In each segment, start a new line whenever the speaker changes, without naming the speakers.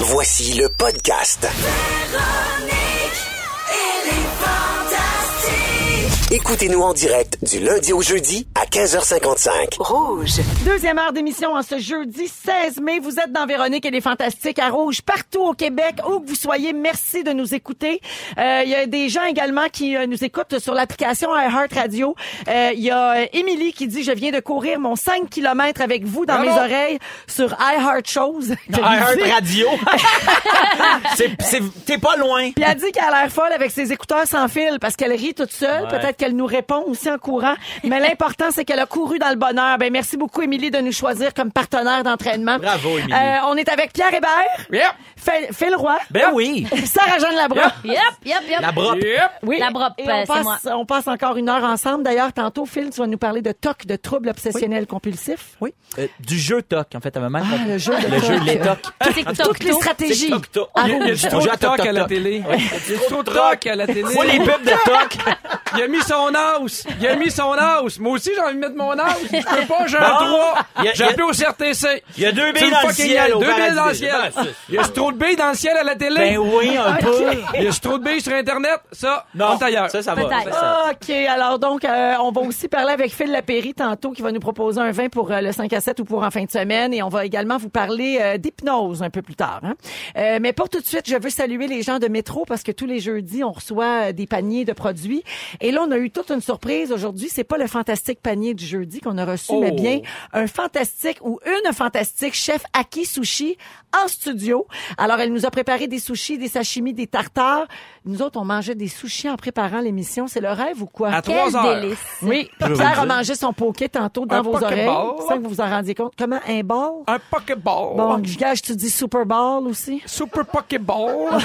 Voici le podcast. Écoutez-nous en direct du lundi au jeudi à 15h55.
Rouge.
Deuxième heure d'émission en ce jeudi 16 mai. Vous êtes dans Véronique et les Fantastiques à Rouge, partout au Québec, où que vous soyez. Merci de nous écouter. Euh, Il y a des gens également qui euh, nous écoutent sur l'application iHeartRadio. Euh, Il y a euh, Émilie qui dit « Je viens de courir mon 5 km avec vous dans mes oreilles sur iHeartShows. »
Radio. C'est- c'est- T'es pas loin.
Puis elle dit qu'elle a l'air folle avec ses écouteurs sans fil parce qu'elle rit toute seule.
Ouais.
Peut-être qu'elle nous répond aussi en courant. Mais l'important, c'est qu'elle a couru dans le bonheur. Ben, merci beaucoup, Émilie, de nous choisir comme partenaire d'entraînement.
Bravo, Émilie.
Euh, on est avec Pierre Hébert.
Yep.
Phil, Phil Roy.
Ben oui.
Sarah-Jeanne Labrosse.
Yep, yep, yep.
La brope.
Oui.
La brope,
Et
euh,
on,
c'est moi.
passe, on passe encore une heure ensemble. D'ailleurs, tantôt, Phil, tu vas nous parler de TOC, de troubles obsessionnels compulsifs.
Oui. Euh, du jeu toc, en fait, à ma mère.
Ah, le jeu de
Le
toc.
jeu, les toc.
TikTok,
Toutes les stratégies.
toc.
Ah,
Il y a- il y a
rouge.
du trop
On joue à
de toc
toc,
à la
toc.
télé. Il y a du trop de rock à la télé.
Moi, les pubs de toc.
Il a mis son house. Il a mis son house. Moi aussi, j'ai envie de mettre mon house. Je peux pas, j'ai un
Bon.
3.
Il y a-
J'ai
il y a-
appelé au CRTC.
Il y a deux
C'est
billes
une
dans le
fucking
ciel.
gueule.
au
Deux
paradis.
billes dans le ciel.
Ben,
Il y a ce trop de billes dans le ciel à la télé.
Ben oui, un peu.
Il y a ce trop de billes sur Internet. Ça,
Non,
on est ailleurs.
ça, ça va. ça,
Peut-être.
ça-
OK, alors donc, euh, on va aussi parler avec Phil Lapéry tantôt qui va nous proposer un vin pour euh, le 5 à 7 ou pour en fin de semaine et on va également vous parler euh, d'hypnose un peu plus tard. hein. Euh, mais pour tout de suite, je veux saluer les gens de Métro parce que tous les jeudis, on reçoit euh, des paniers de produits et là, on a eu toute une surprise aujourd'hui. C'est pas le fantastique panier du jeudi qu'on a reçu, mais
Oh.
bien un fantastique ou une fantastique chef Aki Sushi en studio. Alors, elle nous a préparé des sushis, des sashimis, des tartares. Nous autres, on mangeait des sushis en préparant l'émission. C'est le rêve ou quoi?
À
Quel
3 heures.
délice.
Oui, Pierre a mangé son poké tantôt dans
Un
vos
pokéball.
oreilles. Sans que vous vous en rendiez compte. Comment? Un ball?
Un Pokéball.
Bon, je gage, tu dis Super Ball aussi?
Super Pokéball.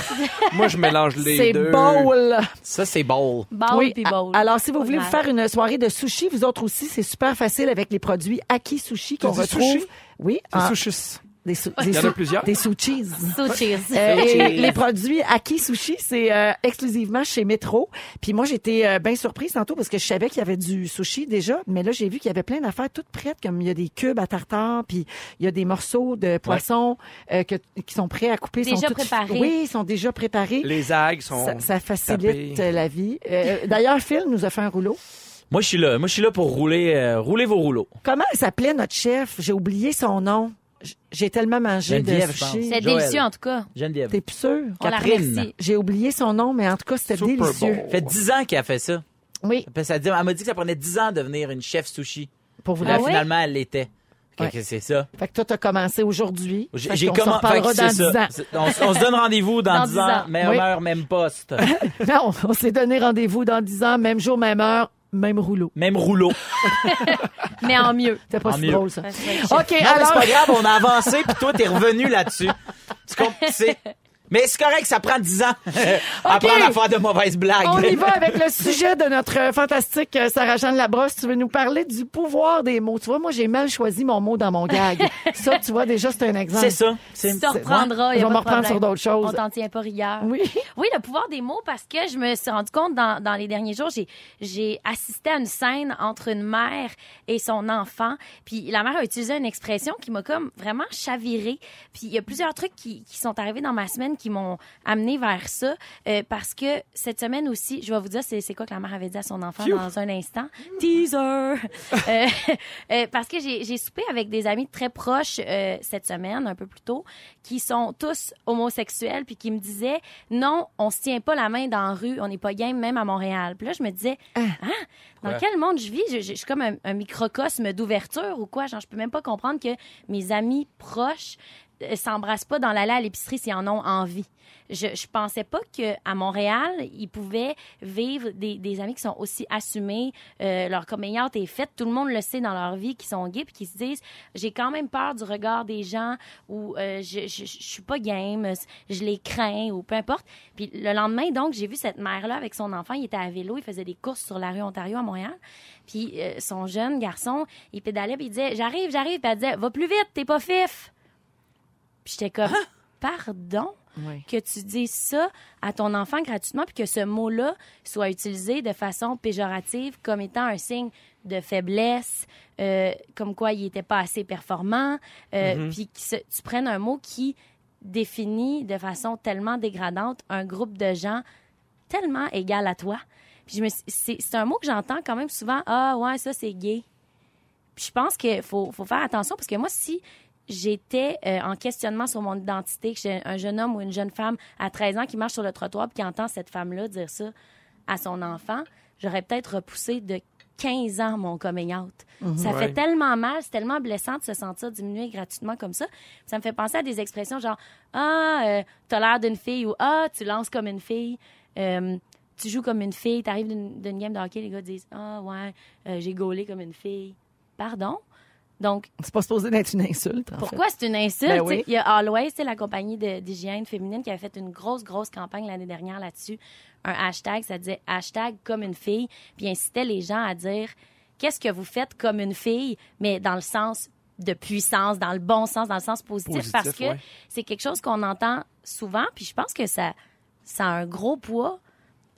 Moi, je mélange les
C'est
deux.
bowl.
Ça, c'est bowl.
Ball
oui.
puis
a-
ball.
Alors, si vous voulez vous
Ouais.
faire une soirée de sushi, vous autres aussi, c'est super facile avec les produits Aki Sushi qu'on
dis
retrouve.
sushi?
Oui,
Les
en-
sushis.
des, su-
Il
des,
y en a
su-
plusieurs.
des sushis.
So cheers.
Euh, et les produits Aki Sushi, c'est euh, exclusivement chez Métro. Puis moi, j'étais euh, bien surprise tantôt parce que je savais qu'il y avait du sushi déjà, mais là, j'ai vu qu'il y avait plein d'affaires toutes prêtes, comme il y a des cubes à tartare, puis il y a des morceaux de poisson euh, que- qui sont prêts à couper.
Déjà
sont tous-
préparés.
Oui, ils sont déjà préparés.
Les algues sont.
Ça, ça facilite
tapés.
euh, la vie. Euh, D'ailleurs, Phil nous a fait un rouleau.
Moi, je suis là. Moi, je suis là pour rouler, euh, rouler vos rouleaux.
Comment elle s'appelait notre chef? J'ai oublié son nom. J- J'ai tellement mangé de
Geneviève, je pense.
sushi.
C'est
Joël.
délicieux, en tout cas.
Geneviève.
T'es plus sûr?
On la
Catherine.
remercie.
J'ai oublié son nom, mais en tout cas, c'était
Super
délicieux.
Bowl.
Ça fait 10 ans qu'elle a fait ça.
Oui,
Parce qu'elle dit- Elle m'a dit que ça prenait 10 ans de devenir une chef sushi.
pour vous
Là,
la
Ah ouais?
finalement, elle l'était. Fait
Ouais.
que C'est ça.
Fait que toi, t'as commencé aujourd'hui.
J'ai
Fait
j'ai
qu'on s'en
commen- fait que
reparlera dans
c'est
10
ça.
ans.
C'est- On, s- on se donne rendez-vous dans,
Dans
10
10
ans,
ans.
même
Oui.
heure, même poste,
Non, on s'est donné rendez-vous dans 10 ans, même jour, même heure, même rouleau.
même rouleau.
Mais en mieux.
C'était pas
En
si
mieux.
drôle, ça.
Ouais, ouais,
OK,
Non, mais
alors...
c'est pas grave, on a avancé, puis toi, t'es revenu là-dessus. Tu comprends? c'est- Mais c'est correct, ça prend 10 ans à
OK.
apprendre à faire de mauvaises blagues.
On y va avec le sujet de notre euh, fantastique euh, Sarah-Jeanne Labrosse. Tu veux nous parler du pouvoir des mots. Tu vois, moi, j'ai mal choisi mon mot dans mon gag. ça, tu vois, déjà, c'est un exemple.
C'est ça. C'est-
Tu te
c'est-
reprendras.
Je vais
y a pas
me
de
reprendre
problème.
sur d'autres choses.
On t'en tient pas rigueur.
Oui.
Oui, le pouvoir des mots, parce que je me suis rendu compte dans, dans les derniers jours, j'ai, j'ai assisté à une scène entre une mère et son enfant. Puis la mère a utilisé une expression qui m'a comme vraiment chavirée. Puis il y a plusieurs trucs qui, qui sont arrivés dans ma semaine qui m'ont amené vers ça. euh, parce que cette semaine aussi, je vais vous dire c'est, c'est quoi que la mère avait dit à son enfant dans un instant. Teaser! Euh, euh, parce que j'ai, j'ai soupé avec des amis très proches euh, cette semaine, un peu plus tôt, qui sont tous homosexuels, puis qui me disaient non, on se tient pas la main dans la rue, on n'est pas game même à Montréal. Puis là, je me disais, Hein? dans quel monde je vis Je, je- je suis comme un, un microcosme d'ouverture ou quoi Genre, je peux même pas comprendre que mes amis proches euh, s'embrassent pas dans l'allée à l'épicerie s'ils en ont envie. Je, je pensais pas que à Montréal, ils pouvaient vivre des, des amis qui sont aussi assumés, euh, leur coming out est fait, tout le monde le sait dans leur vie, qui sont gays, puis qui se disent j'ai quand même peur du regard des gens ou euh, je, je, je suis pas game, je les crains ou peu importe. Puis le lendemain, donc, j'ai vu cette mère-là avec son enfant, il était à vélo, il faisait des courses sur la rue Ontario à Montréal. Puis euh, son jeune garçon, il pédalait, puis il disait j'arrive, j'arrive, puis elle disait va plus vite, t'es pas fif. Puis j'étais comme pardon que tu dises ça à ton enfant gratuitement puis que ce mot-là soit utilisé de façon péjorative comme étant un signe de faiblesse, euh, comme quoi il était pas assez performant, euh, puis que ce- tu prennes un mot qui définit de façon tellement dégradante un groupe de gens tellement égal à toi. Puis je me suis- c'est c'est un mot que j'entends quand même souvent. Ah ouais, ça c'est gay. Puis je pense qu'il faut, faut faire attention parce que moi, si j'étais euh, en questionnement sur mon identité, que j'ai un jeune homme ou une jeune femme à 13 ans qui marche sur le trottoir puis qui entend cette femme-là dire ça à son enfant, j'aurais peut-être repoussé de 15 ans mon coming out. Ça
Ouais.
fait tellement mal, c'est tellement blessant de se sentir diminué gratuitement comme ça. Ça me fait penser à des expressions genre « Ah, euh, t'as l'air d'une fille » ou « Ah, tu lances comme une fille Euh, Tu joues comme une fille, t'arrives d'une d'une game de hockey, les gars disent « Ah ouais, euh, j'ai gaulé comme une fille ». Pardon? Donc,
C'est pas supposé d'être une insulte. en
pourquoi c'est une insulte?
Ben
Tu sais,
oui.
Il y a Always, c'est la compagnie de- d'hygiène féminine qui avait fait une grosse, grosse campagne l'année dernière là-dessus. Un hashtag, ça disait hashtag comme une fille, puis incitait les gens à dire qu'est-ce que vous faites comme une fille, mais dans le sens de puissance, dans le bon sens, dans le sens positif,
Positif,
parce que
ouais.
c'est quelque chose qu'on entend souvent, puis je pense que ça, ça a un gros poids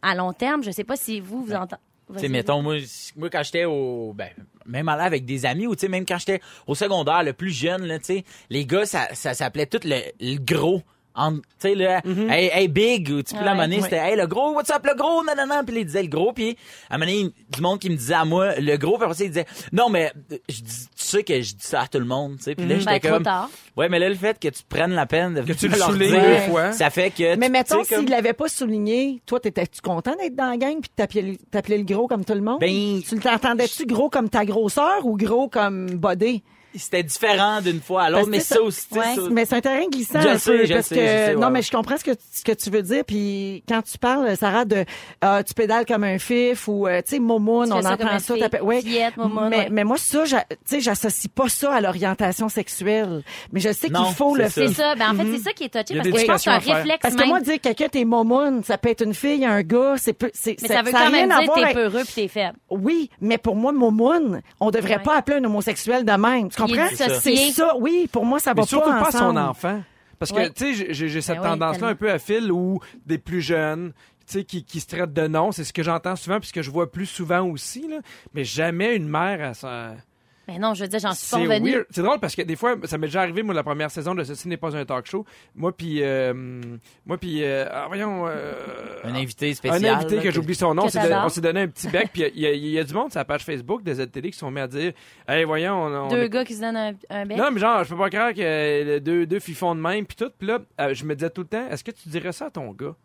à long terme. Je sais pas si vous, vous entendez.
Tu sais, mettons, moi, si- moi, quand j'étais au. Ben, même aller avec des amis ou, tu sais, même quand j'étais au secondaire, le plus jeune, là, tu sais, les gars, ça, ça s'appelait tout le, le gros. En- Tu sais, le hey, hey, big, ou tu peux
Ah
la
ouais.
monnaie, c'était hey, le gros, what's up, le gros, nanana, puis ils disaient le gros, puis à un moment donné, du monde qui me disait à moi le gros, puis après ça, ils disaient non, mais euh, je dis, tu sais que je dis ça à tout le monde, tu sais, puis là,
Ben,
j'étais
trop
comme.
tard.
Ouais, mais là, le fait que tu prennes la peine de
Que tu
venir
le
leur
soulignes
dire,
deux fois.
ça fait que.
Mais
tu-
mettons,
tu sais,
s'il
comme-
ne l'avait pas souligné, toi, t'étais-tu content d'être dans la gang puis de t'appeler- t'appeler le gros comme tout le monde?
Ben-
tu t'entendais-tu gros comme ta grosseur ou gros comme body?
c'était différent d'une fois à
Parce
l'autre,
que
mais
c'est
ça aussi, tu sais,
ouais.
ça-
Mais c'est un terrain glissant
Je
un
sais,
peu,
je
parce
sais,
que
je sais, ouais,
non
ouais.
mais je comprends ce que ce que tu veux dire puis quand tu parles Sarah de euh, tu pédales comme un fif ou euh, tu sais momoun
Tu
on
fais ça comme
entend
un
ça
fif,
t'appelles- ouais.
fillette, momoune,
mais
ouais.
mais moi ça j'a- tu sais j'associe pas ça à l'orientation sexuelle mais je sais qu'il
Non,
faut le
c'est
faire
C'est ça. Ben, en fait,
Mm-hmm.
c'est ça qui est touché
Il y a
parce
des
que je pense que c'est un
discussions à faire.
réflexe
parce que
même.
moi dire quelqu'un t'es momoun ça peut être une fille un gars c'est peu c'est
mais ça veut quand
a
même
rien à
dire
voir
t'es
avec-
peureux puis t'es faible.
Oui, mais pour moi, Momoun, on devrait
Ouais.
pas appeler un homosexuel de même. Tu
Il est
comprends?
dissocié.
C'est ça, oui, pour moi, ça va
Mais surtout
pas
pas, à son
ensemble.
enfant. Parce que,
Ouais.
tu sais, j'ai- j'ai j'ai cette
Ben oui,
tendance-là
tellement.
un peu à fil où des plus jeunes, tu sais, qui, qui se traitent de nom, c'est ce que j'entends souvent puis ce que je vois plus souvent aussi, là. Mais jamais une mère à son...
Mais non, je veux dire, j'en suis
C'est
pas revenue.
weird. C'est drôle parce que des fois, ça m'est déjà arrivé, moi, la première saison de Ceci n'est pas un talk show. Moi, puis... euh, moi, puis... euh, ah, voyons... euh,
un invité spécial.
Un invité
là,
que j'oublie son nom.
que
on s'est donné-
t'adores.
on s'est donné un petit bec. Puis il y, a- il y a du monde sur la page Facebook des ZTD qui se sont mis à dire Hey, voyons, on, on
Deux
est-
gars qui se donnent un, un bec.
Non, mais genre, je peux pas croire que euh, deux, deux fifons de même. Puis tout. Puis là, euh, je me disais tout le temps Est-ce que tu dirais ça à ton gars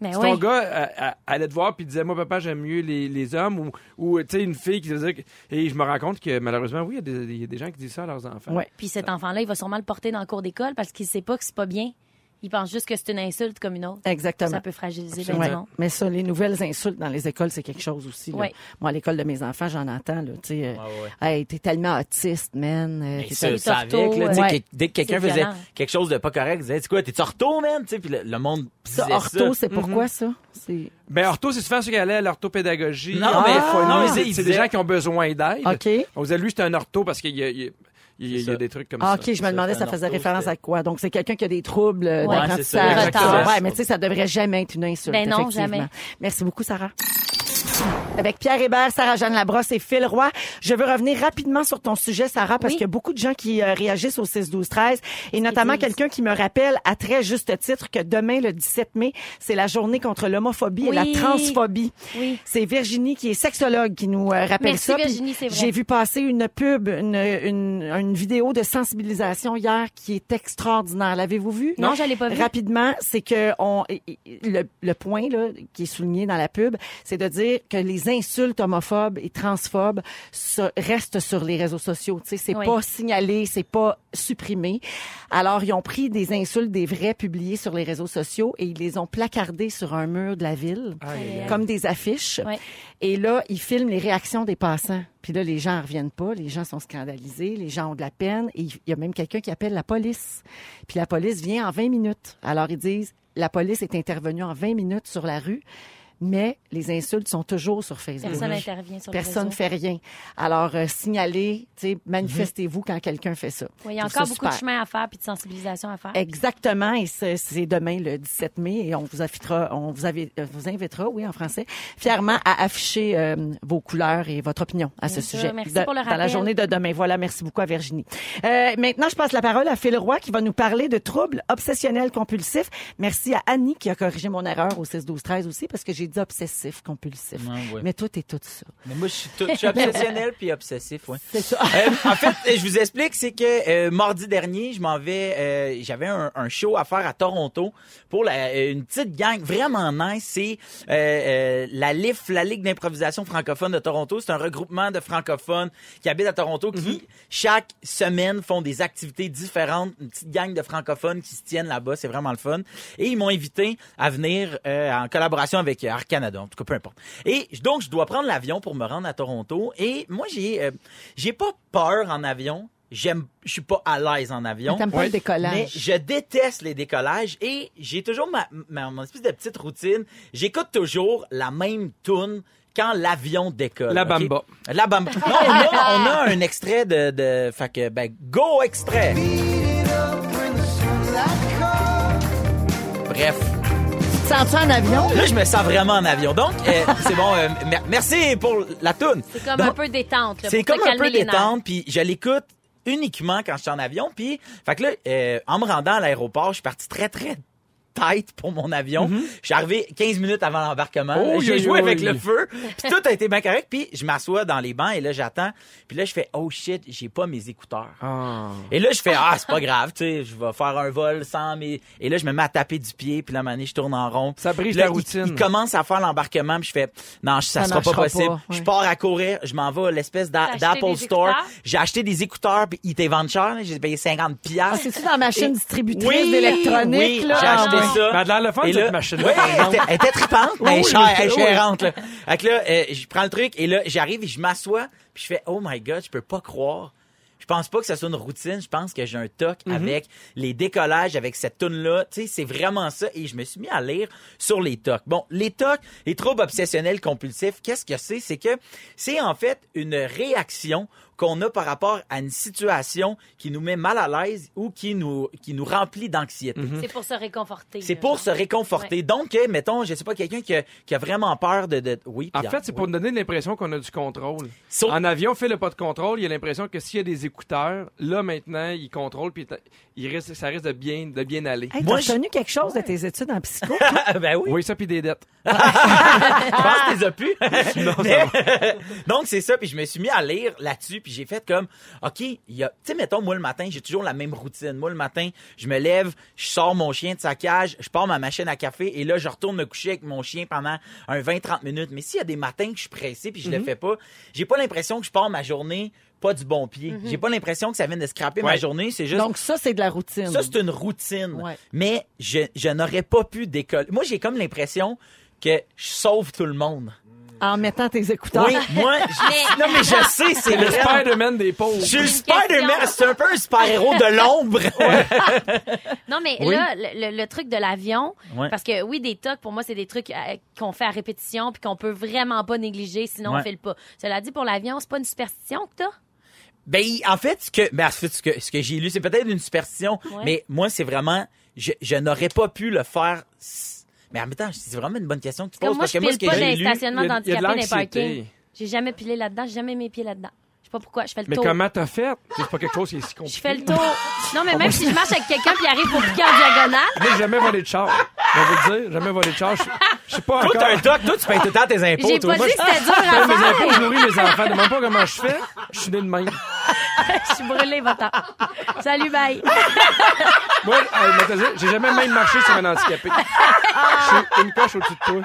mais
Si
Eh oui.
ton gars euh, euh, allait te voir puis disait Moi, papa, j'aime mieux les, les hommes ou, ou tu sais, une fille qui disait que- Et je me rends compte que malheureusement, oui, il y a des- il y, a des gens qui disent ça à leurs enfants.
Ouais.
Puis cet enfant-là, il va sûrement le porter dans le cours d'école parce qu'il sait pas que c'est pas bien. Il pense juste que c'est une insulte comme une autre.
Exactement.
Ça peut fragiliser ben
Ouais.
du monde.
Mais ça, les nouvelles insultes dans les écoles, c'est quelque chose aussi. là.
Ouais.
Moi, à l'école de mes enfants, j'en entends. Là, tu sais, euh,
Ouais, Ah ouais.
Hey, t'es tellement autiste, man. euh,
Mais
t'es
ça,
allé
ça
torto,
avec, là, tu sais,
euh,
que- dès que quelqu'un
C'est
faisait
violent.
quelque chose de pas correct, il disait, tu quoi, t'es ortho, man? Tu sais, puis le, le monde disait
Ça,
ça.
ortho, c'est pourquoi ça? C'est...
Ben, ortho, c'est souvent ceux qui allaient à l'orthopédagogie.
Non,
en
mais-
orthophonie.
non, mais
C'est-
ils
c'est des
disaient-
gens qui ont besoin d'aide.
OK.
On disait, lui, c'est un ortho parce qu'il y a, il y a- il y a-
C'est
il y a
ça.
des trucs comme
Ah,
ça.
OK, je me demandais,
c'est
ça
un
faisait
ortho,
référence
c'est-
à quoi? Donc, c'est quelqu'un qui a des troubles euh,
Ouais,
c'est ça,
d'apprentissage.
exactement.
Ouais, mais tu sais, ça devrait jamais être une insulte.
Ben non,
effectivement.
jamais.
Merci beaucoup, Sarah. Avec Pierre Hébert, Sarah-Jeanne Labrosse et Phil Roy. Je veux revenir rapidement sur ton sujet, Sarah, parce
Oui.
qu'il y a beaucoup de gens qui euh, réagissent au 6-12-13, et notamment
disent.
quelqu'un qui me rappelle à très juste titre que demain, le 17 mai, c'est la journée contre l'homophobie
Oui.
et la transphobie.
Oui.
C'est Virginie qui est sexologue qui nous euh, rappelle
Merci,
ça. Puis
Virginie, c'est vrai.
J'ai vu passer une pub, une, une, une vidéo de sensibilisation hier qui est extraordinaire. L'avez-vous vu?
Non, je l'ai pas vu.
Rapidement, c'est que on, le, le point là, qui est souligné dans la pub, c'est de dire que les insultes homophobes et transphobes se- restent sur les réseaux sociaux. Tu sais, c'est
Oui.
pas signalé, c'est pas supprimé. Alors, ils ont pris des insultes des vrais publiées sur les réseaux sociaux et ils les ont placardées sur un mur de la ville
Aïe, aïe.
comme des affiches.
Ouais.
Et là, ils filment les réactions des passants. Puis là, les gens en reviennent pas, les gens sont scandalisés, les gens ont de la peine. Et il y a même quelqu'un qui appelle la police. Puis la police vient en 20 minutes. Alors ils disent, la police est intervenue en 20 minutes sur la rue. mais les insultes sont toujours sur Facebook.
Personne n'intervient sur
Personne
le
ne
réseau.
fait rien. Alors, euh, signalez, tu sais, manifestez-vous quand quelqu'un fait ça.
Ouais, Il y a
Je trouve
encore
ça
beaucoup de
super.
chemin à faire puis de sensibilisation à faire.
Exactement, et c'est c'est demain le 17 mai et on vous invitera, on vous, invi- euh, vous invitera, oui, en français, fièrement à afficher euh, vos couleurs et votre opinion à
Bien
ce
sûr,
sujet
merci
de-
pour le
dans la
rappel.
journée de demain. Voilà, merci beaucoup à Virginie. Euh, maintenant, je passe la parole à Phil Roy qui va nous parler de troubles obsessionnels compulsifs. Merci à Annie qui a corrigé mon erreur au 16 12 13 aussi parce que j'ai dit obsessif compulsif.
Ah, Ouais, ouais.
Mais tout est tout ça.
Mais moi, je suis, tout- je suis obsessionnel puis obsessif, ouais.
C'est ça.
Euh, en fait, je vous explique, c'est que euh, mardi dernier, je m'en vais, euh, j'avais un, un show à faire à Toronto pour la- euh, une petite gang vraiment nice. C'est euh, euh, la LIF, la Ligue d'improvisation francophone de Toronto. C'est un regroupement de francophones qui habitent à Toronto
Mhm.
qui, chaque semaine, font des activités différentes. Une petite gang de francophones qui se tiennent là-bas. C'est vraiment le fun. Et ils m'ont invité à venir euh, en collaboration avec Air Canada, en tout cas, peu importe. Et j- donc, je dois prendre l'avion pour me rendre à Toronto. Et moi, j'ai euh, j'ai pas peur en avion. J'aime, je suis pas à l'aise en avion.
T'aimes pas
Ouais.
le décollage.
Mais je déteste les décollages et j'ai toujours ma, ma- mon espèce de petite routine. J'écoute toujours la même tune quand l'avion décolle.
La
ok?
bamba.
La bamba. Non, on a, on a un extrait de, de... Fait que, ben, go extrait! Bref.
Tu te sens-tu en avion?
Là, je me sens vraiment en avion. Donc, euh, c'est bon. euh, mer- merci pour la toune.
C'est comme
Donc,
un peu détente. là,
c'est
pour
comme
te
un
calmer
peu
les nerfs.
détente, puis je l'écoute uniquement quand je suis en avion. Puis, fait que là, euh, en me rendant à l'aéroport, je suis parti très, très tête pour mon avion. Je suis arrivé 15 minutes avant l'embarquement.
Oh,
J'ai
yo,
joué
yo,
avec
yo.
le feu. Puis tout a été bien correct. Puis je m'assois dans les bancs et là, j'attends. Puis là, je fais « Oh shit, j'ai pas mes écouteurs.
Ah.
Et là, je fais, ah, c'est pas grave, tu sais, je vais faire un vol sans mes... Et là, je me mets à taper du pied, puis là, à un moment donné, je tourne en rond.
Ça brise
Puis là,
ta
il-
routine.
Il, commence à faire l'embarquement, puis je fais, non, je- ça,
Ça
sera pas
marchera
possible.
pas, ouais.
Je pars à courir, je m'en vais à l'espèce
T'as
d'a-
acheté
d'Apple
des
Store.
écouteurs?
J'ai acheté des écouteurs, puis ils t'évendent cher, là. j'ai payé 50
Ah,
piastres.
C'est-tu dans la machine
Et-
distributrice
Oui,
d'électronique?
oui,
là?
j'ai acheté
Ah,
ça.
Ben, elle a de l'air le fun,
Et
cette
là-
machine-là,
Ouais,
par
elle
exemple.
était- elle était tripante, mais elle est
Oui,
chère, elle est
oui.
chérante, là. Fait que là, euh, je prends le truc, et là, j'arrive, et je m'assois, puis je fais, oh my god, je peux pas croire. Je pense pas que ça soit une routine, je pense que j'ai un toc
Mm-hmm.
avec les décollages, avec cette toune-là. Tu sais, c'est vraiment ça. Et je me suis mis à lire sur les tocs. Bon, les tocs, les troubles obsessionnels compulsifs, qu'est-ce que c'est? C'est que c'est en fait une réaction qu'on a par rapport à une situation qui nous met mal à l'aise ou qui nous, qui nous remplit d'anxiété.
C'est pour se réconforter.
Mhm. C'est
là,
pour
genre.
se réconforter.
Ouais.
Donc, eh, mettons, je sais pas, quelqu'un qui a, qui a vraiment peur de... de- Oui,
En
Pierre.
fait, c'est pour nous donner l'impression qu'on a du contrôle.
Sauf-
En avion, fait le pas de contrôle, il y a l'impression que s'il y a des écouteurs, là maintenant, il contrôle puis il risque, ça risque de bien, de bien aller.
Hey,
Moi,
t'as
je-
retenu quelque chose de tes études en psycho?
ben oui.
Oui, ça puis des dettes.
Ah, Je pense que t'es pu. Donc, c'est ça. Puis je me suis mis à lire là-dessus. Puis j'ai fait comme, OK, il y a... Tu sais, mettons, moi, le matin, j'ai toujours la même routine. Moi, le matin, je me lève, je sors mon chien de sa cage, je pars ma machine à café et là, je retourne me coucher avec mon chien pendant un 20-30 minutes. Mais s'il y a des matins que je suis pressé puis je le fais pas, j'ai pas l'impression que je pars ma journée pas du bon pied. J'ai pas l'impression que ça vient de scraper ma
Ouais.
journée. C'est juste...
Donc, ça, c'est de la routine.
Ça, c'est une routine.
Ouais.
Mais je, je n'aurais pas pu décoller. Moi, j'ai comme l'impression que je sauve tout le monde.
En mettant tes écouteurs.
Oui, moi, je- non, mais je sais, c'est
Le
vrai.
Spider-Man des pauvres.
Je suis le
question.
Spider-Man, c'est un peu un super-héros de l'ombre.
Non, mais
Oui.
là, le, le- le truc de l'avion,
Ouais.
parce que oui, des tocs, pour moi, c'est des trucs euh, qu'on fait à répétition puis qu'on peut vraiment pas négliger, sinon
Ouais.
on fait le pas. Cela dit, pour l'avion, c'est pas une superstition que t'as?
Ben, en fait, ce que, ben, en fait, ce que, ce que j'ai lu, c'est peut-être une superstition,
Ouais.
mais moi, c'est vraiment, je, je n'aurais pas pu le faire. s- Mais en même temps, c'est vraiment une bonne question que tu
Comme
poses
moi,
parce
je
que moi,
pile
ce que
pas dans
j'ai
les
lu,
stationnements
Ben, il y a- il y a
d'handicapés,
de
dans les
l'anxiété.
parkings. J'ai jamais pilé là-dedans, j'ai jamais mis mes pieds là-dedans. Je sais pas pourquoi, je fais le
Mais
tour.
comment Ah t'as fait? C'est pas quelque chose qui est si
Je
compliqué.
fais le tour. Non, mais même si je marche avec quelqu'un puis il arrive pour piquer en diagonale,
Moi, j'ai jamais volé de char. Je vais vous le dire, jamais volé de char. Je je sais pas
Toi,
encore.
t'as un doc, toi, tu payes tout le temps tes impôts,
j'ai
toi.
pas
Moi,
dit que c'était dur
Je
à
paye mes
faire.
impôts, je nourris mes enfants. Je ne même pas comment je fais. Je suis né de même.
Je suis brûlée, va-t'en. Salut, bye.
Moi, euh, mais t'as dit, j'ai jamais même marché sur un handicapé. Je suis une coche au-dessus de toi.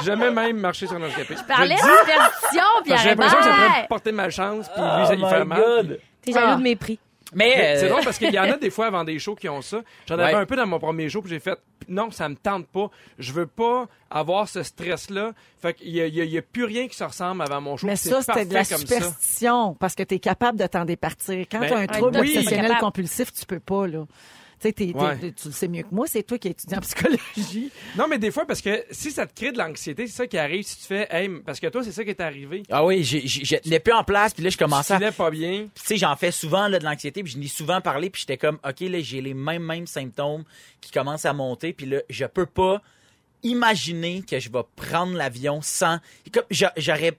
J'ai Jamais même marché sur un handicapé. Je
Parlais
le
de
dis,
superstition,
parce que J'ai
Pierre
l'impression que ça pourrait me
Hébert.
porter malchance, puis
Oh
lui, ça lui
my
fait mal.
God.
T'es
Ah.
jaloux de mes prix.
Mais,
C'est
euh,
drôle parce qu'il y en a des fois avant des shows qui ont ça. J'en avais
Ouais.
un peu dans mon premier show, puis j'ai fait non, ça me tente pas. Je veux pas avoir ce stress-là. Fait qu'il y a, il y a- il y a plus rien qui se ressemble avant mon show.
Mais
puis
ça,
c'est
c'était de la
parfait comme ça.
superstition, parce que tu es capable de t'en départir. Quand
Ben,
tu as un trouble
oui.
obsessionnel
Capable.
compulsif, tu peux pas, là. Tu sais, t'es- t'es-
Ouais.
t'es- tu le sais mieux que moi, c'est toi qui étudies en psychologie.
Non, mais des fois, parce que si ça te crée de l'anxiété, c'est ça qui arrive si tu fais, hey, m- parce que toi, c'est ça qui est arrivé.
Ah oui, j'ai- j'ai- je tenais plus en place, puis là, je commençais à
Tu filais pas bien.
Puis, tu sais, j'en fais souvent là, de l'anxiété, puis je n'ai souvent parlé, puis j'étais comme, OK, là, j'ai les mêmes, mêmes symptômes qui commencent à monter, puis là, je peux pas imaginer que je vais prendre l'avion sans... Comme, j'a- j'aurais...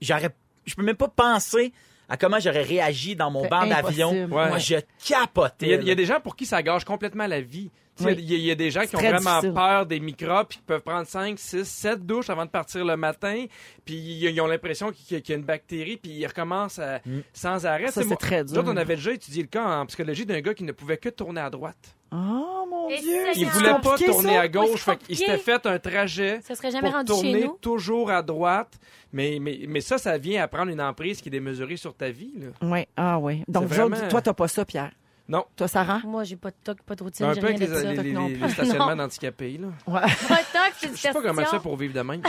J'aurais... Je peux même pas penser à comment j'aurais réagi dans mon
C'est
banc d'avion.
impossible.
Ouais.
Moi, je
Il y,
capotais.
a, il y a des gens pour qui ça gâche complètement la vie. Tu sais,
Oui.
Il y, a- il y a des gens qui ont
très
vraiment
difficile.
peur des microbes puis qui peuvent prendre 5, 6, 7 douches avant de partir le matin. Puis ils ils ont l'impression qu'il y a- qu'il y a une bactérie puis ils recommencent à- sans
Mm.
arrêt.
Ça,
Tu sais,
c'est
moi-
très dur.
Nous autres, on avait déjà étudié le cas en psychologie d'un gars qui ne pouvait que tourner à droite.
Oh mon
Et
Dieu!
c'est
Il
Ah,
voulait pas
compliqué,
tourner
ça.
à
Oui,
gauche.
c'est
Fait qu'il s'était
compliqué.
fait un trajet
Ça serait jamais
pour
rendu
tourner
chez nous.
toujours à droite. Mais, mais, mais ça, ça vient à prendre une emprise qui est démesurée sur ta vie. Là.
Oui, ah oui. Donc,
C'est
vous autres,
vraiment-
toi, t'as pas ça, Pierre.
Non.
Toi, Sarah?
Moi, j'ai pas de toc, pas de routine,
Un
j'ai
peu
rien
Ben, avec
de
les,
ça.
les- les-
non
les
plus.
stationnements
Non.
d'handicapés. là.
Pas de toc, c'est une
Je sais pas comment ça pour vivre de même.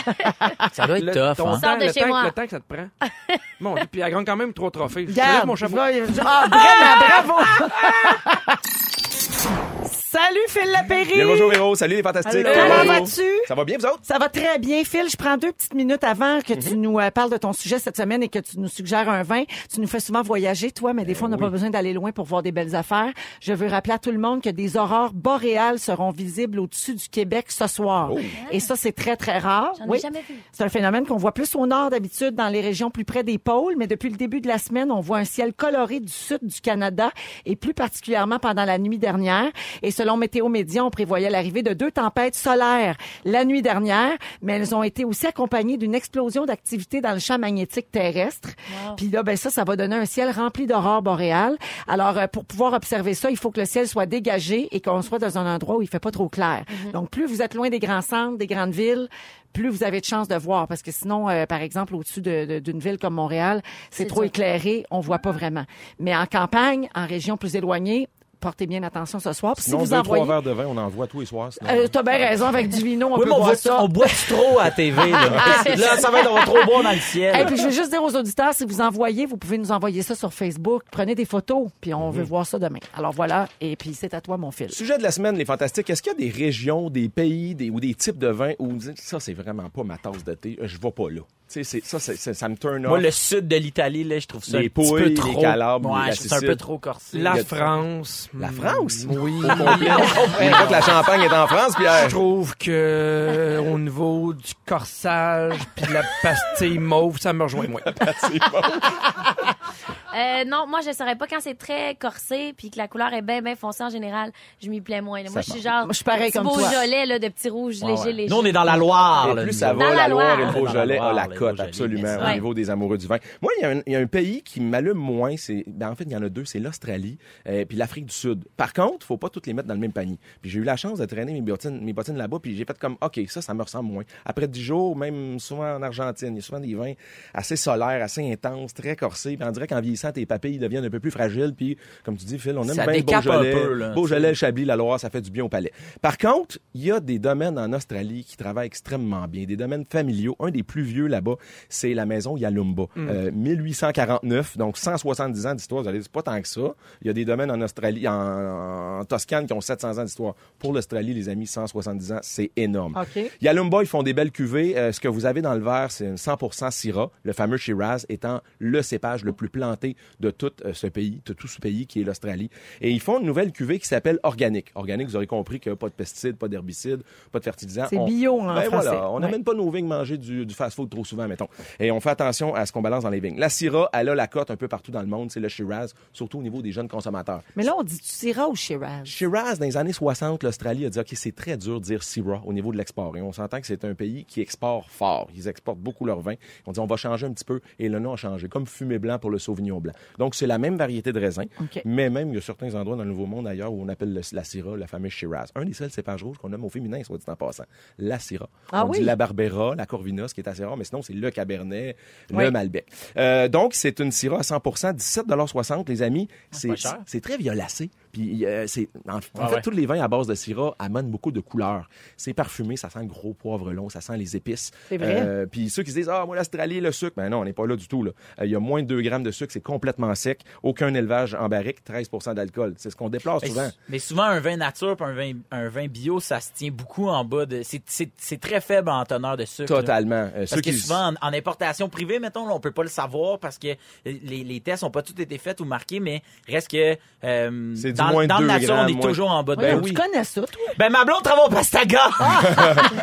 Ça doit être
Le-
tough,
ton
hein?
Sors
temps,
de
le
chez
temps-
moi.
le temps que ça te prend. Bon, puis elle gagne quand même trois trophées. Je te lève
Garde,
mon chapeau.
je vais- Ah, vraiment, bravo! Salut, Phil Lapéry!
Bien, bonjour Véro, salut les fantastiques.
Comment
Allô.
vas-tu?
Ça va bien vous autres? Mhm.
Ça va très bien, Phil. Je prends deux petites minutes avant que tu nous euh, parles de ton sujet cette semaine et que tu nous suggères un vin. Tu nous fais souvent voyager, toi, mais des
Ben
fois, on n'a pas besoin d'aller loin pour voir des belles affaires. Je veux rappeler à tout le monde que des aurores boréales seront visibles au-dessus du Québec ce soir.
Oh.
Et ça, c'est très, très rare.
J'en ai
Oui.
jamais vu.
C'est un phénomène qu'on voit plus au nord d'habitude, dans les régions plus près des pôles, mais depuis le début de la semaine, on voit un ciel coloré du sud du Canada et plus particulièrement pendant la nuit dernière. Et selon Météo Média, on prévoyait l'arrivée de deux tempêtes solaires la nuit dernière, mais elles ont été aussi accompagnées d'une explosion d'activité dans le champ magnétique terrestre.
Wow.
Puis là, ben ça, ça va donner un ciel rempli d'aurores boréales. Alors, euh, pour pouvoir observer ça, il faut que le ciel soit dégagé et qu'on soit dans un endroit où il fait pas trop clair.
Mhm.
Donc, plus vous êtes loin des grands centres, des grandes villes, plus vous avez de chances de voir. Parce que sinon, euh, par exemple, au-dessus de- de- d'une ville comme Montréal, c'est trop
dur.
éclairé, on voit pas vraiment. Mais en campagne, en région plus éloignée, portez bien attention ce soir. Puis si
Non,
vous
deux,
envoyez...
trois verres de vin, on en voit tous les soirs. sinon. hein.
Euh, T'as bien raison, avec du vino, on
Oui,
peut
mais on
boire
boit,
ça.
on boit trop à TV, là. là, ça va être, on va trop boire dans le ciel.
Et puis je veux juste dire aux auditeurs, si vous envoyez, vous pouvez nous envoyer ça sur Facebook. Prenez des photos, puis on
Mhm.
veut voir ça demain. Alors voilà, et puis c'est à toi mon fils.
Sujet de la semaine, les fantastiques. Est-ce qu'il y a des régions, des pays des, ou des types de vins où vous dites, ça, c'est vraiment pas ma tasse de thé, je vais pas là? Tu sais, c'est- ça, c'est- c'est- ça me turn off.
Moi, le sud de l'Italie, là, je trouve ça
Les
un petit peu
Pouilles,
trop...
les Calabres,
Ouais,
la
je trouve ça un peu
Sicile.
trop corsé.
La France.
La
Hmm.
France?
Oui.
Mais pas que la Champagne est en France,
Je
Pierre.
trouve que euh, au niveau du corsage puis de la pastille mauve, ça me rejoint moins.
Euh, non, moi, je saurais pas quand c'est très corsé puis que la couleur est bien, bien foncée en général. Je m'y plais moins. là. Moi, je suis genre.
Moi, je suis pareil
petit
comme toi.
Beaujolais, là, de petits rouges
Ouais,
légers,
ouais.
légers.
Nous, on est dans la Loire.
Et
là,
plus
nous
ça
autres.
va,
Dans
la
la
Loire et le
Loire.
Beaujolais
Dans la
à la
Loire,
cote,
les
absolument,
Beaujolais,
au
mais
niveau des amoureux du vin. Moi, il y a un, il y a un pays qui m'allume moins, c'est, ben, en fait, il y en a deux, c'est l'Australie et puis l'Afrique du Sud. Par contre, faut pas toutes les mettre dans le même panier. Puis j'ai eu la chance de traîner mes bottines, mes bottines là-bas, puis j'ai fait comme, OK, ça, ça me ressemble moins. Après 10 jours, même souvent en Argentine, il y a souvent des vins assez solaires, assez intenses, très corsés. Puis on dirait qu'en vieillissant, tes papilles deviennent un peu plus fragiles. Puis, comme tu dis, Phil, on aime
Ça
bien le
décape un
Beaujolais.
peu, là,
Beaujolais, le Chablis, la Loire, ça fait du bien au palais. Par contre, il y a des domaines en Australie qui travaillent extrêmement bien, des domaines familiaux. Un des plus vieux là-bas, c'est la maison Yalumba, Euh, 1849, donc 170 ans d'histoire. Vous allez dire, c'est pas tant que ça. Il y a des domaines en Australie, en, en Toscane, qui ont 700 ans d'histoire. Pour l'Australie, les amis, 170 ans, c'est énorme.
OK.
Yalumba, ils font des belles cuvées. Euh, ce que vous avez dans le verre, c'est une 100% Syrah, le fameux Shiraz étant le cépage le plus planté de tout euh, ce pays, de tout ce pays qui est l'Australie. Et ils font une nouvelle cuvée qui s'appelle organique. Organique, vous aurez compris que pas de pesticides, pas d'herbicides, pas de fertilisants.
C'est
On-
bio, en
Ben
français.
voilà, on
Ouais.
n'amène pas nos vignes manger du, du fast-food trop souvent, mettons. Et on fait attention à ce qu'on balance dans les vignes. La Syrah, elle a la cote un peu partout dans le monde. C'est le Shiraz, surtout au niveau des jeunes consommateurs.
Mais là, on dit tu Syrah ou Shiraz?
Shiraz, dans les années 60, l'Australie a dit, OK, c'est très dur de dire Syrah au niveau de l'export. Et on s'entend que c'est un pays qui exporte fort. Ils exportent beaucoup leur vin. On dit, on va changer un petit peu. Et le nom a changé, comme fumé blanc pour le sauvignon blanc. Donc, c'est la même variété de raisin.
OK.
Mais même, il y a certains endroits dans le Nouveau Monde ailleurs où on appelle le- la Syrah, la fameuse Shiraz. Un des seuls cépages rouges qu'on nomme au féminin, soit dit en passant. La Syrah.
Ah
on
oui?
dit la Barbera, la Corvina, ce qui est assez rare, mais sinon, c'est le Cabernet,
Oui.
le Malbec. Euh, donc, c'est une Syrah à 100 17,60 les amis. c'est
Ah,
cher.
c'est très violacé. Puis Puis euh, c'est en, en
Ah
fait
ouais.
tous les vins à base de Syrah amènent beaucoup de couleurs. C'est parfumé, ça sent le gros poivre long, ça sent les épices.
C'est vrai.
Euh, puis ceux qui se disent ah moi l'Australie le sucre, ben non on n'est pas là du tout là. Euh, Il y a moins de 2 grammes de sucre, c'est complètement sec, aucun élevage en barrique, 13% d'alcool. C'est ce qu'on déplore
Mais,
souvent.
sou- mais souvent, un vin nature puis un vin, un vin bio, ça se tient beaucoup en bas de. c'est- C'est c'est très faible en teneur de sucre. là.
Totalement. Euh,
Parce que souvent, en, en importation privée, mettons, là, on peut pas le savoir parce que les, les tests n'ont pas tous été faits ou marqués, mais reste que euh,
C'est du
dans,
moins
dans le
deux
nature, on
grammes,
est
moins-
toujours en bas de
Voyons,
Ben oui.
Tu connais ça, toi?
Ben, ma blonde travaille au Pastaga!
Ah,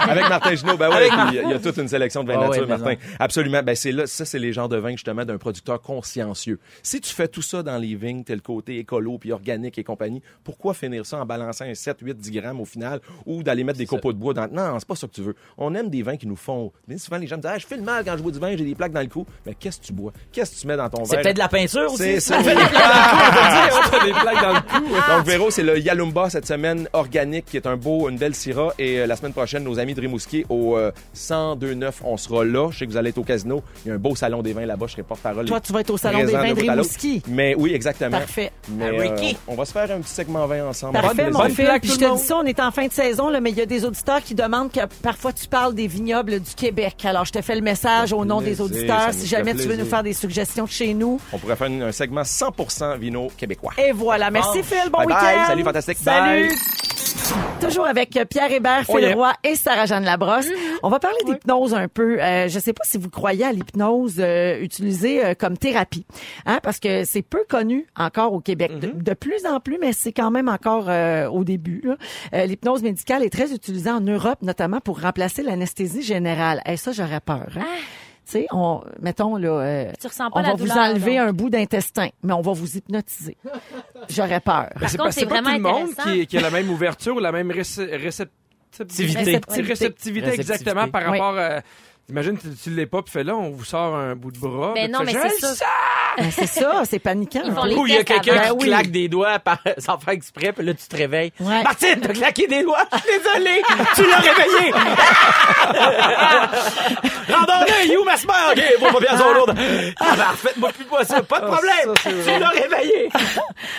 Avec Martin Genot, ben ouais,
Avec
puis il y a- il y, a toute une sélection de vins
Ah ouais,
nature,
mais
Martin.
non.
Absolument. Ben c'est là, ça c'est les genres de vins justement d'un producteur consciencieux. Si tu fais tout ça dans les vignes, tel côté écolo puis organique et compagnie, pourquoi finir ça en balançant un 7, 8, 10 grammes au final ou d'aller mettre des copeaux de bois dans Non, c'est pas ça que tu veux. On aime des vins qui nous font. Mais souvent les gens me disent "Ah, je fais le mal quand je bois du vin, j'ai des plaques dans le cou." Mais qu'est-ce que tu bois Qu'est-ce que tu mets dans ton
C'est
verre
peut-être de la peinture aussi.
C'est ça. oui.
des plaques dans le cou.
Donc Véro, c'est le Yalumba cette semaine organique qui est un beau, une belle syrah et euh, la semaine prochaine nos amis de Rimouski au euh, 102.9 on sera là. Je sais que vous allez être au casino. Il y a un beau salon des vins là-bas. Je serai porte-parole.
Toi, tu vas être au salon des
Présent
vins de
bout à l'autre.
Rimouski.
Mais oui, exactement.
Parfait.
Mais, euh,
À Ricky.
on va se faire un petit segment vin ensemble.
Parfait,
Bonne
mon
plaisir.
fils.
plaque,
Puis
tout
je
le
te dis
monde.
ça, on est en fin de saison, là, mais il y a des auditeurs qui demandent que parfois tu parles des vignobles du Québec. Alors, je te fais le message au nom des
plaisir, ça
auditeurs.
nous
Si
fait
jamais tu veux
plaisir.
nous faire des suggestions de chez nous.
On pourrait faire une- un segment 100% vino québécois.
Et voilà. Merci, Phil. Bon
Bye
week-end.
bye. Salut, fantastique.
Salut.
Bye. Oh,
Toujours avec euh, Pierre Hébert, Phil
yeah.
Roy et Sarah-Jeanne Labrosse. On va parler d'hypnose un peu. Euh, je sais pas si vous croyez à l'hypnose euh, utilisée euh, comme thérapie, hein, parce que c'est peu connu encore au Québec. De-
Mm-hmm.
de, plus en plus, mais c'est quand même encore euh, au début. là. Euh, l'hypnose médicale est très utilisée en Europe, notamment pour remplacer l'anesthésie générale. Et ça, j'aurais peur. hein. Tu sais, on, mettons, là, euh,
Tu ressens pas
on
la
va
douleur,
vous enlever
donc.
un bout d'intestin, mais on va vous hypnotiser. J'aurais peur.
Par
Ben, C'est
contre,
pas,
c'est
c'est pas
vraiment
tout le monde
intéressant.
qui, qui a la même ouverture ou la même réce- réceptivité.
Réceptivité.
Réceptivité, exactement, par
Oui.
rapport à... Imagine, tu, tu l'es pas, puis fais là, on vous sort un bout de bras.
Ben
puis
non,
tu
mais
fais,
c'est
Je le
ça.
Ben, c'est ça, c'est paniquant.
Ils
un
font
peu.
les
Ou il y a
tests
quelqu'un
avant.
qui
Ben oui.
claque des doigts par- sans faire exprès, puis là, tu te réveilles.
Ouais.
Martine, t'as claqué des doigts. Je suis désolé. tu l'as réveillé. Rendons-le, you, ma sœur. OK, bon, pas bien, son lourde. Ah, ben, faites-moi plus pas ça.
Ah,
Pas de problème. tu l'as réveillé.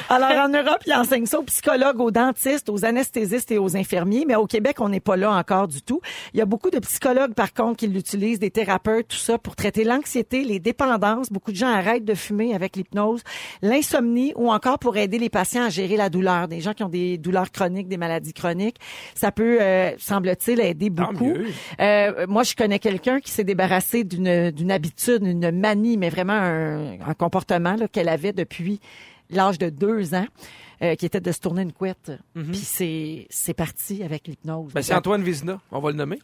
Alors, en Europe, ils enseignent ça aux psychologues, aux dentistes, aux anesthésistes et aux infirmiers, mais au Québec, on n'est pas là encore du tout. Il y a beaucoup de psychologues, par contre, qui l'utilisent, des thérapeutes, tout ça, pour traiter l'anxiété, les dépendances. Beaucoup de gens arrêtent de fumer avec l'hypnose, l'insomnie ou encore pour aider les patients à gérer la douleur. Des gens qui ont des douleurs chroniques, des maladies chroniques, ça peut, euh, semble-t-il, aider
Tant
beaucoup.
mieux.
Euh, moi, je connais quelqu'un qui s'est débarrassé d'une d'une habitude, une manie, mais vraiment un, un comportement là, qu'elle avait depuis l'âge de deux ans, euh, qui était de se tourner une couette. Puis c'est c'est parti avec l'hypnose.
Ben, Mhm. c'est Antoine Vizina, on va le nommer.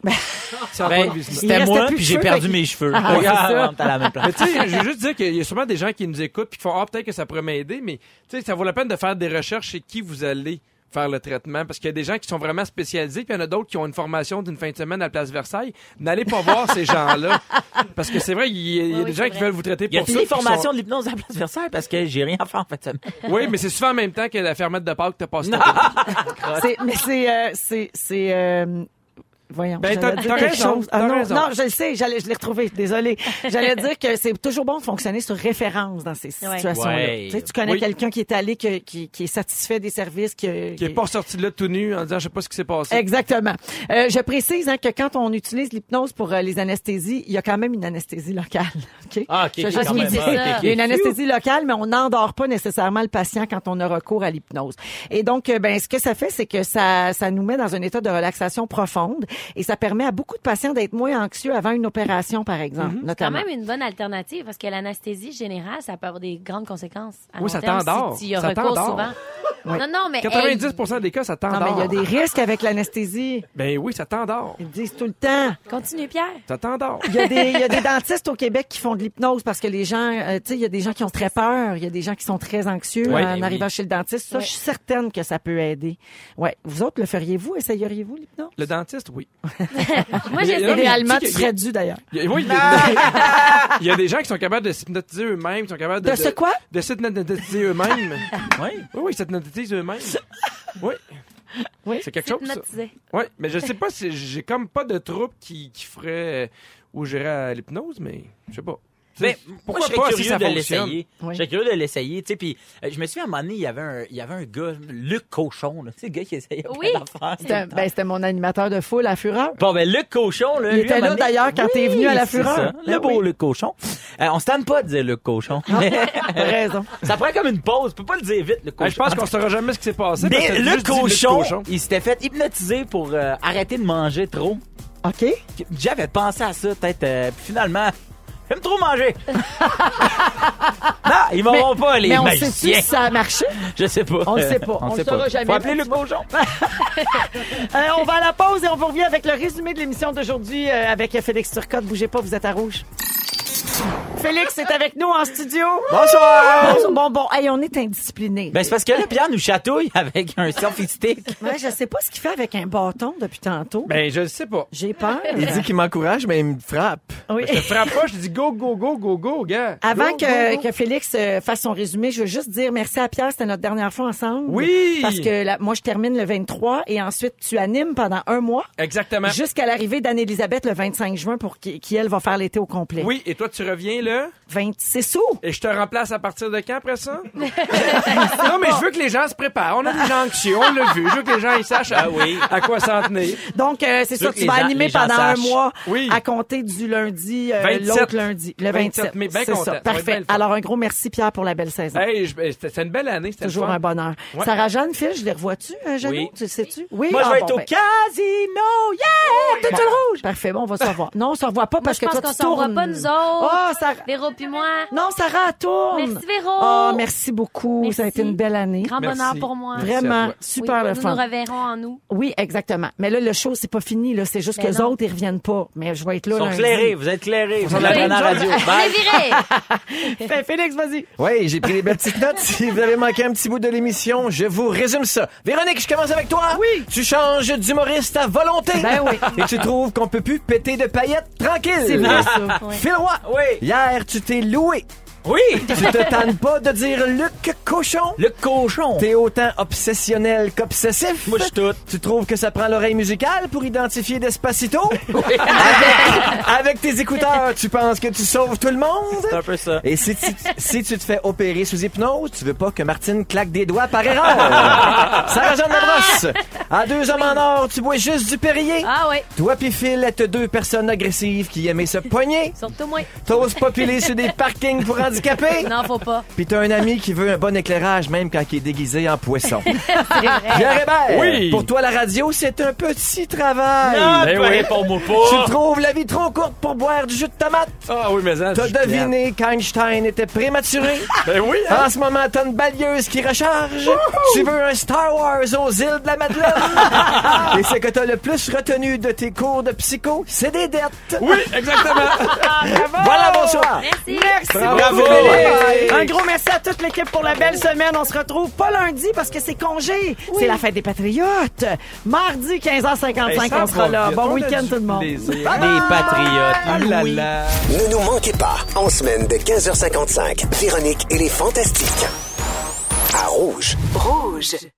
c'est Antoine
Ben,
Vézina.
Il
c'était
restait
moi,
plus de
puis j'ai
cheveux,
perdu
fait que-
mes cheveux.
Ah, ouais, c'est ça.
Regarde, t'as la même place.
Mais tu sais, je veux juste dire qu'il y a sûrement des gens qui nous écoutent puis qui font Ah, peut-être que ça pourrait m'aider, mais tu sais, ça vaut la peine de faire des recherches chez qui vous allez faire le traitement parce qu'il y a des gens qui sont vraiment spécialisés puis il y en a d'autres qui ont une formation d'une fin de semaine à la place Versailles. N'allez pas voir ces gens-là parce que c'est vrai, il y a, il y a
Oui, oui,
des
c'est
gens qui
vrai.
veulent vous traiter
Y
pour ça.
a-t-il des
puis qui sont-
formations de l'hypnose à la place Versailles? Parce que j'ai rien à faire en fait.
Oui, mais c'est souvent en même temps que la fermette de Pâques t'a passé.
C'est- Mais c'est... euh, c'est- c'est, euh, Voyons,
Ben,
j'allais
t'as-
dire
t'as
quelque
raison,
chose. Ah
t'as
non,
raison.
non, je le sais, j'allais, je l'ai retrouvé, désolée. J'allais dire que c'est toujours bon de fonctionner sur référence dans ces
Ouais.
situations-là.
Ouais.
Tu sais, Tu connais
Oui.
quelqu'un qui est allé, que- qui, qui est satisfait des services, que,
qui est pas sorti de là tout nu en disant je sais pas ce qui s'est passé.
Exactement. Euh, je précise hein, que quand on utilise l'hypnose pour euh, les anesthésies, il y a quand même une anesthésie locale. OK?
Ah, OK,
Je veux
OK,
juste
quand
vous
même.
dire,
Ah, OK, OK.
Il y a une anesthésie locale, mais on n'endort pas nécessairement le patient quand on a recours à l'hypnose. Et donc, euh, ben, ce que ça fait, c'est que ça, ça nous met dans un état de relaxation profonde et ça permet à beaucoup de patients d'être moins anxieux avant une opération, par exemple,
quand
notamment.
même une bonne alternative parce que l'anesthésie générale, ça peut avoir des grandes conséquences. À
Oui,
long
ça
terme
t'endort.
Si tu y as
Ça
recours
t'endort.
souvent. Non, non, mais.
90% des cas, ça
Non, mais
t'endort.
il y a des risques avec l'anesthésie.
Ben oui, ça t'endort.
Ils disent tout le temps.
hey, Continue, Pierre.
Ça t'endort.
Il y, a des, il y a des dentistes au Québec qui font de l'hypnose parce que les gens, euh, tu sais, il y a des gens qui ont très peur, il y a des gens qui sont très anxieux
Ouais,
en
ben
arrivant
oui.
chez le dentiste. Ça,
Ouais.
je suis certaine que ça peut aider. Ouais. Vous autres, le feriez-vous? Essayeriez-vous l'hypnose?
Le dentiste, oui.
Moi,
Mais- non, mais-
j'essaie.
Réellement,
tu
tu
sais que-
serais dû d'ailleurs.
Il y a, oui, il y
Bah!
a- il y a des gens qui sont capables de s'hypnotiser eux-mêmes, qui sont capames de.
De ce quoi?
De s'hypnotiser eux-mêmes.
Oui.
oui, oui, ils s'hypnotisent eux-mêmes. Oui.
Oui,
C'est quelque chose. ça. Oui, mais je sais pas si j'ai comme pas de troupe qui, qui ferait. euh, Ou j'irais à l'hypnose, mais je sais pas.
Ben,
pourquoi
pourquoi
pas,
pas
si
curieux
ça
de
fonctionne?
l'essayer.
Oui.
J'étais curieux de l'essayer, tu sais. Puis euh, je me souviens, à un moment donné, il y avait un, il y avait un gars, Luc Cochon, là, tu sais, le gars qui essayait
Oui.
plein d'affaires.
C'était un- ben, c'était mon animateur de foule à Fureur.
Bon, ben, Luc Cochon, là.
Il
lui,
était
à un
là,
moment donné-
d'ailleurs, quand t'es venu à la
c'est
Fureur.
ça.
Ben
Le beau
oui.
Luc Cochon. Euh, on se tente pas de dire Luc Cochon.
T'as raison.
ça prend comme une pause. Tu peux pas le dire vite, Luc Cochon.
Ben, je pense qu'on saura jamais ce qui s'est passé. parce que
Mais
t'as
le
juste dit
cochon,
cochon.
il s'était fait hypnotiser pour euh, arrêter de manger trop.
OK?
J'avais pensé à ça, peut-être. euh, puis finalement, j'aime trop manger. non, ils m'auront pas, les
mais on sait-tu
magiciens.
si ça a marché?
Je sais pas.
On le sait pas. On le saura jamais.
Faut appeler le cochon.
Euh, on va à la pause et on vous revient avec le résumé de l'émission d'aujourd'hui euh, avec Félix Turcotte. Bougez pas, vous êtes à rouge. Félix est avec nous en studio.
Bonsoir!
Bonjour. Bon, bon, hey, on est indisciplinés.
Ben, c'est parce que là, Pierre nous chatouille avec un selfie stick.
Ouais, je sais pas ce qu'il fait avec un bâton depuis tantôt.
Ben, je le sais pas.
J'ai peur.
Il dit qu'il m'encourage, mais il me frappe. Ah,
Oui.
Je te frappe pas, je dis go, go, go, go, go, gars.
Avant
Go,
que,
go, go.
que Félix euh, fasse son résumé, je veux juste dire merci à Pierre, c'était notre dernière fois ensemble.
Oui!
Parce que là, moi, je termine le 23 et ensuite, tu animes pendant un mois
Exactement.
jusqu'à l'arrivée d'Anne-Élisabeth le 25 juin pour qui, qui, elle, va faire l'été au complet.
Oui, et toi, tu reviens là,
26 août.
et je te remplace à partir de quand après ça? non, mais je veux que les gens se préparent. On a des gens anxieux, on l'a vu. Je veux que les gens ils sachent à, à quoi s'en tenir.
Donc, euh, c'est
veux
ça,
que
tu
les
vas
gens-
animer
les gens
pendant un
sachent.
mois
Oui.
à compter du lundi, euh,
27.
l'autre lundi, le 27.
27, mais bien
c'est
content. Ça va
ça,
être
parfait.
bien le fun.
Alors, un gros merci, Pierre, pour la belle saison.
Hey, je- ben, c'était c'était une belle année, c'était
Toujours
le fun.
un bonheur.
Ouais.
Sarah-Jeanne, Phil, je les revois-tu, euh, Jeannot?
Oui.
Tu le sais-tu? Oui,
Moi, je
Ah,
vais
bon,
être au
ben,
casino, yeah! Tout
Bon, Parfait, bon, on va se revoir. Non, on se revoit pas parce
je
que
pense
toi,
qu'on
tu
s'en voit
tournes.
pas, nous
Oh,
autres.
Sarah...
Véro puis moi.
Non, Sarah, elle tourne.
Merci, Véro.
Oh, merci beaucoup. Ça a
Merci.
été une belle année.
Grand
Merci.
bonheur pour moi.
Merci à
Vraiment,
toi.
super
Oui,
le
nous
fun.
nous reverrons en nous.
Oui, exactement. Mais là, le show, c'est pas fini. Là. C'est juste que
Ben
les
non.
autres, ils reviennent pas. Mais je vais être là.
Ils sont
lundi.
clairés, vous êtes clairés. Vous êtes
Oui.
la bonne radio.
Mais
Bye.
viré!
Fé- Félix, vas-y.
Oui, j'ai pris des belles petites notes. Si vous avez manqué un petit bout de l'émission, je vous résume ça. Véronique, je commence avec toi.
Oui.
Tu changes d'humoriste à volonté.
Ben oui.
Et tu trouves qu'on peut plus péter de paillettes tranquille.
C'est vrai, ça.
Phil Roy.
Oui.
Hier, tu t'es loué.
Oui!
Tu te tannes pas de dire Luc Cochon.
Le cochon.
T'es autant obsessionnel qu'obsessif.
Moi, je suis tout.
Tu trouves que ça prend l'oreille musicale pour identifier Despacito? avec, avec tes écouteurs, tu penses que tu sauves tout le monde?
C'est un peu ça.
Et si tu, si tu te fais opérer sous hypnose, tu veux pas que Martine claque des doigts par erreur. Sarah-Jeanne Labrosse. À deux hommes en or, tu bois juste du Perrier.
Ah oui,
Toi pis Phil êtes deux personnes agressives qui aimaient se poigner.
surtout moi.
T'oses pas piler sur des parkings pour handicapés.
Non, faut pas.
Pis t'as un ami qui veut un bon éclairage même quand il est déguisé en poisson. Pierre Hébert,
Oui.
pour toi la radio c'est un petit travail.
Ah,
Ben
ben
oui.
réponds-moi
Oh,
Tu
pas.
trouves la vie trop courte pour boire du jus de tomate.
Oh. Ah oui, mais ça,
T'as
je-
deviné qu'Einstein était prématuré.
Ben oui, hein?
En ce moment, t'as une balieuse qui recharge. Tu veux un Star Wars aux îles de la Madeleine. Et ce que t'as le plus retenu de tes cours de psycho, c'est des dettes.
Oui, exactement.
Voilà, bonsoir.
Merci.
Merci
Bravo.
beaucoup, Félix.
Bye.
Un gros merci à toute l'équipe pour la belle semaine. On se retrouve pas lundi parce que c'est congé. C'est la fête des Patriotes. Mardi, 15h55, on sera là. Bon week-end, tout le monde.
Les
Les patriotes.
là
Louis.
là.
Ne nous manquez pas, en semaine de 15h55, Véronique et les Fantastiques. À Rouge.
Rouge.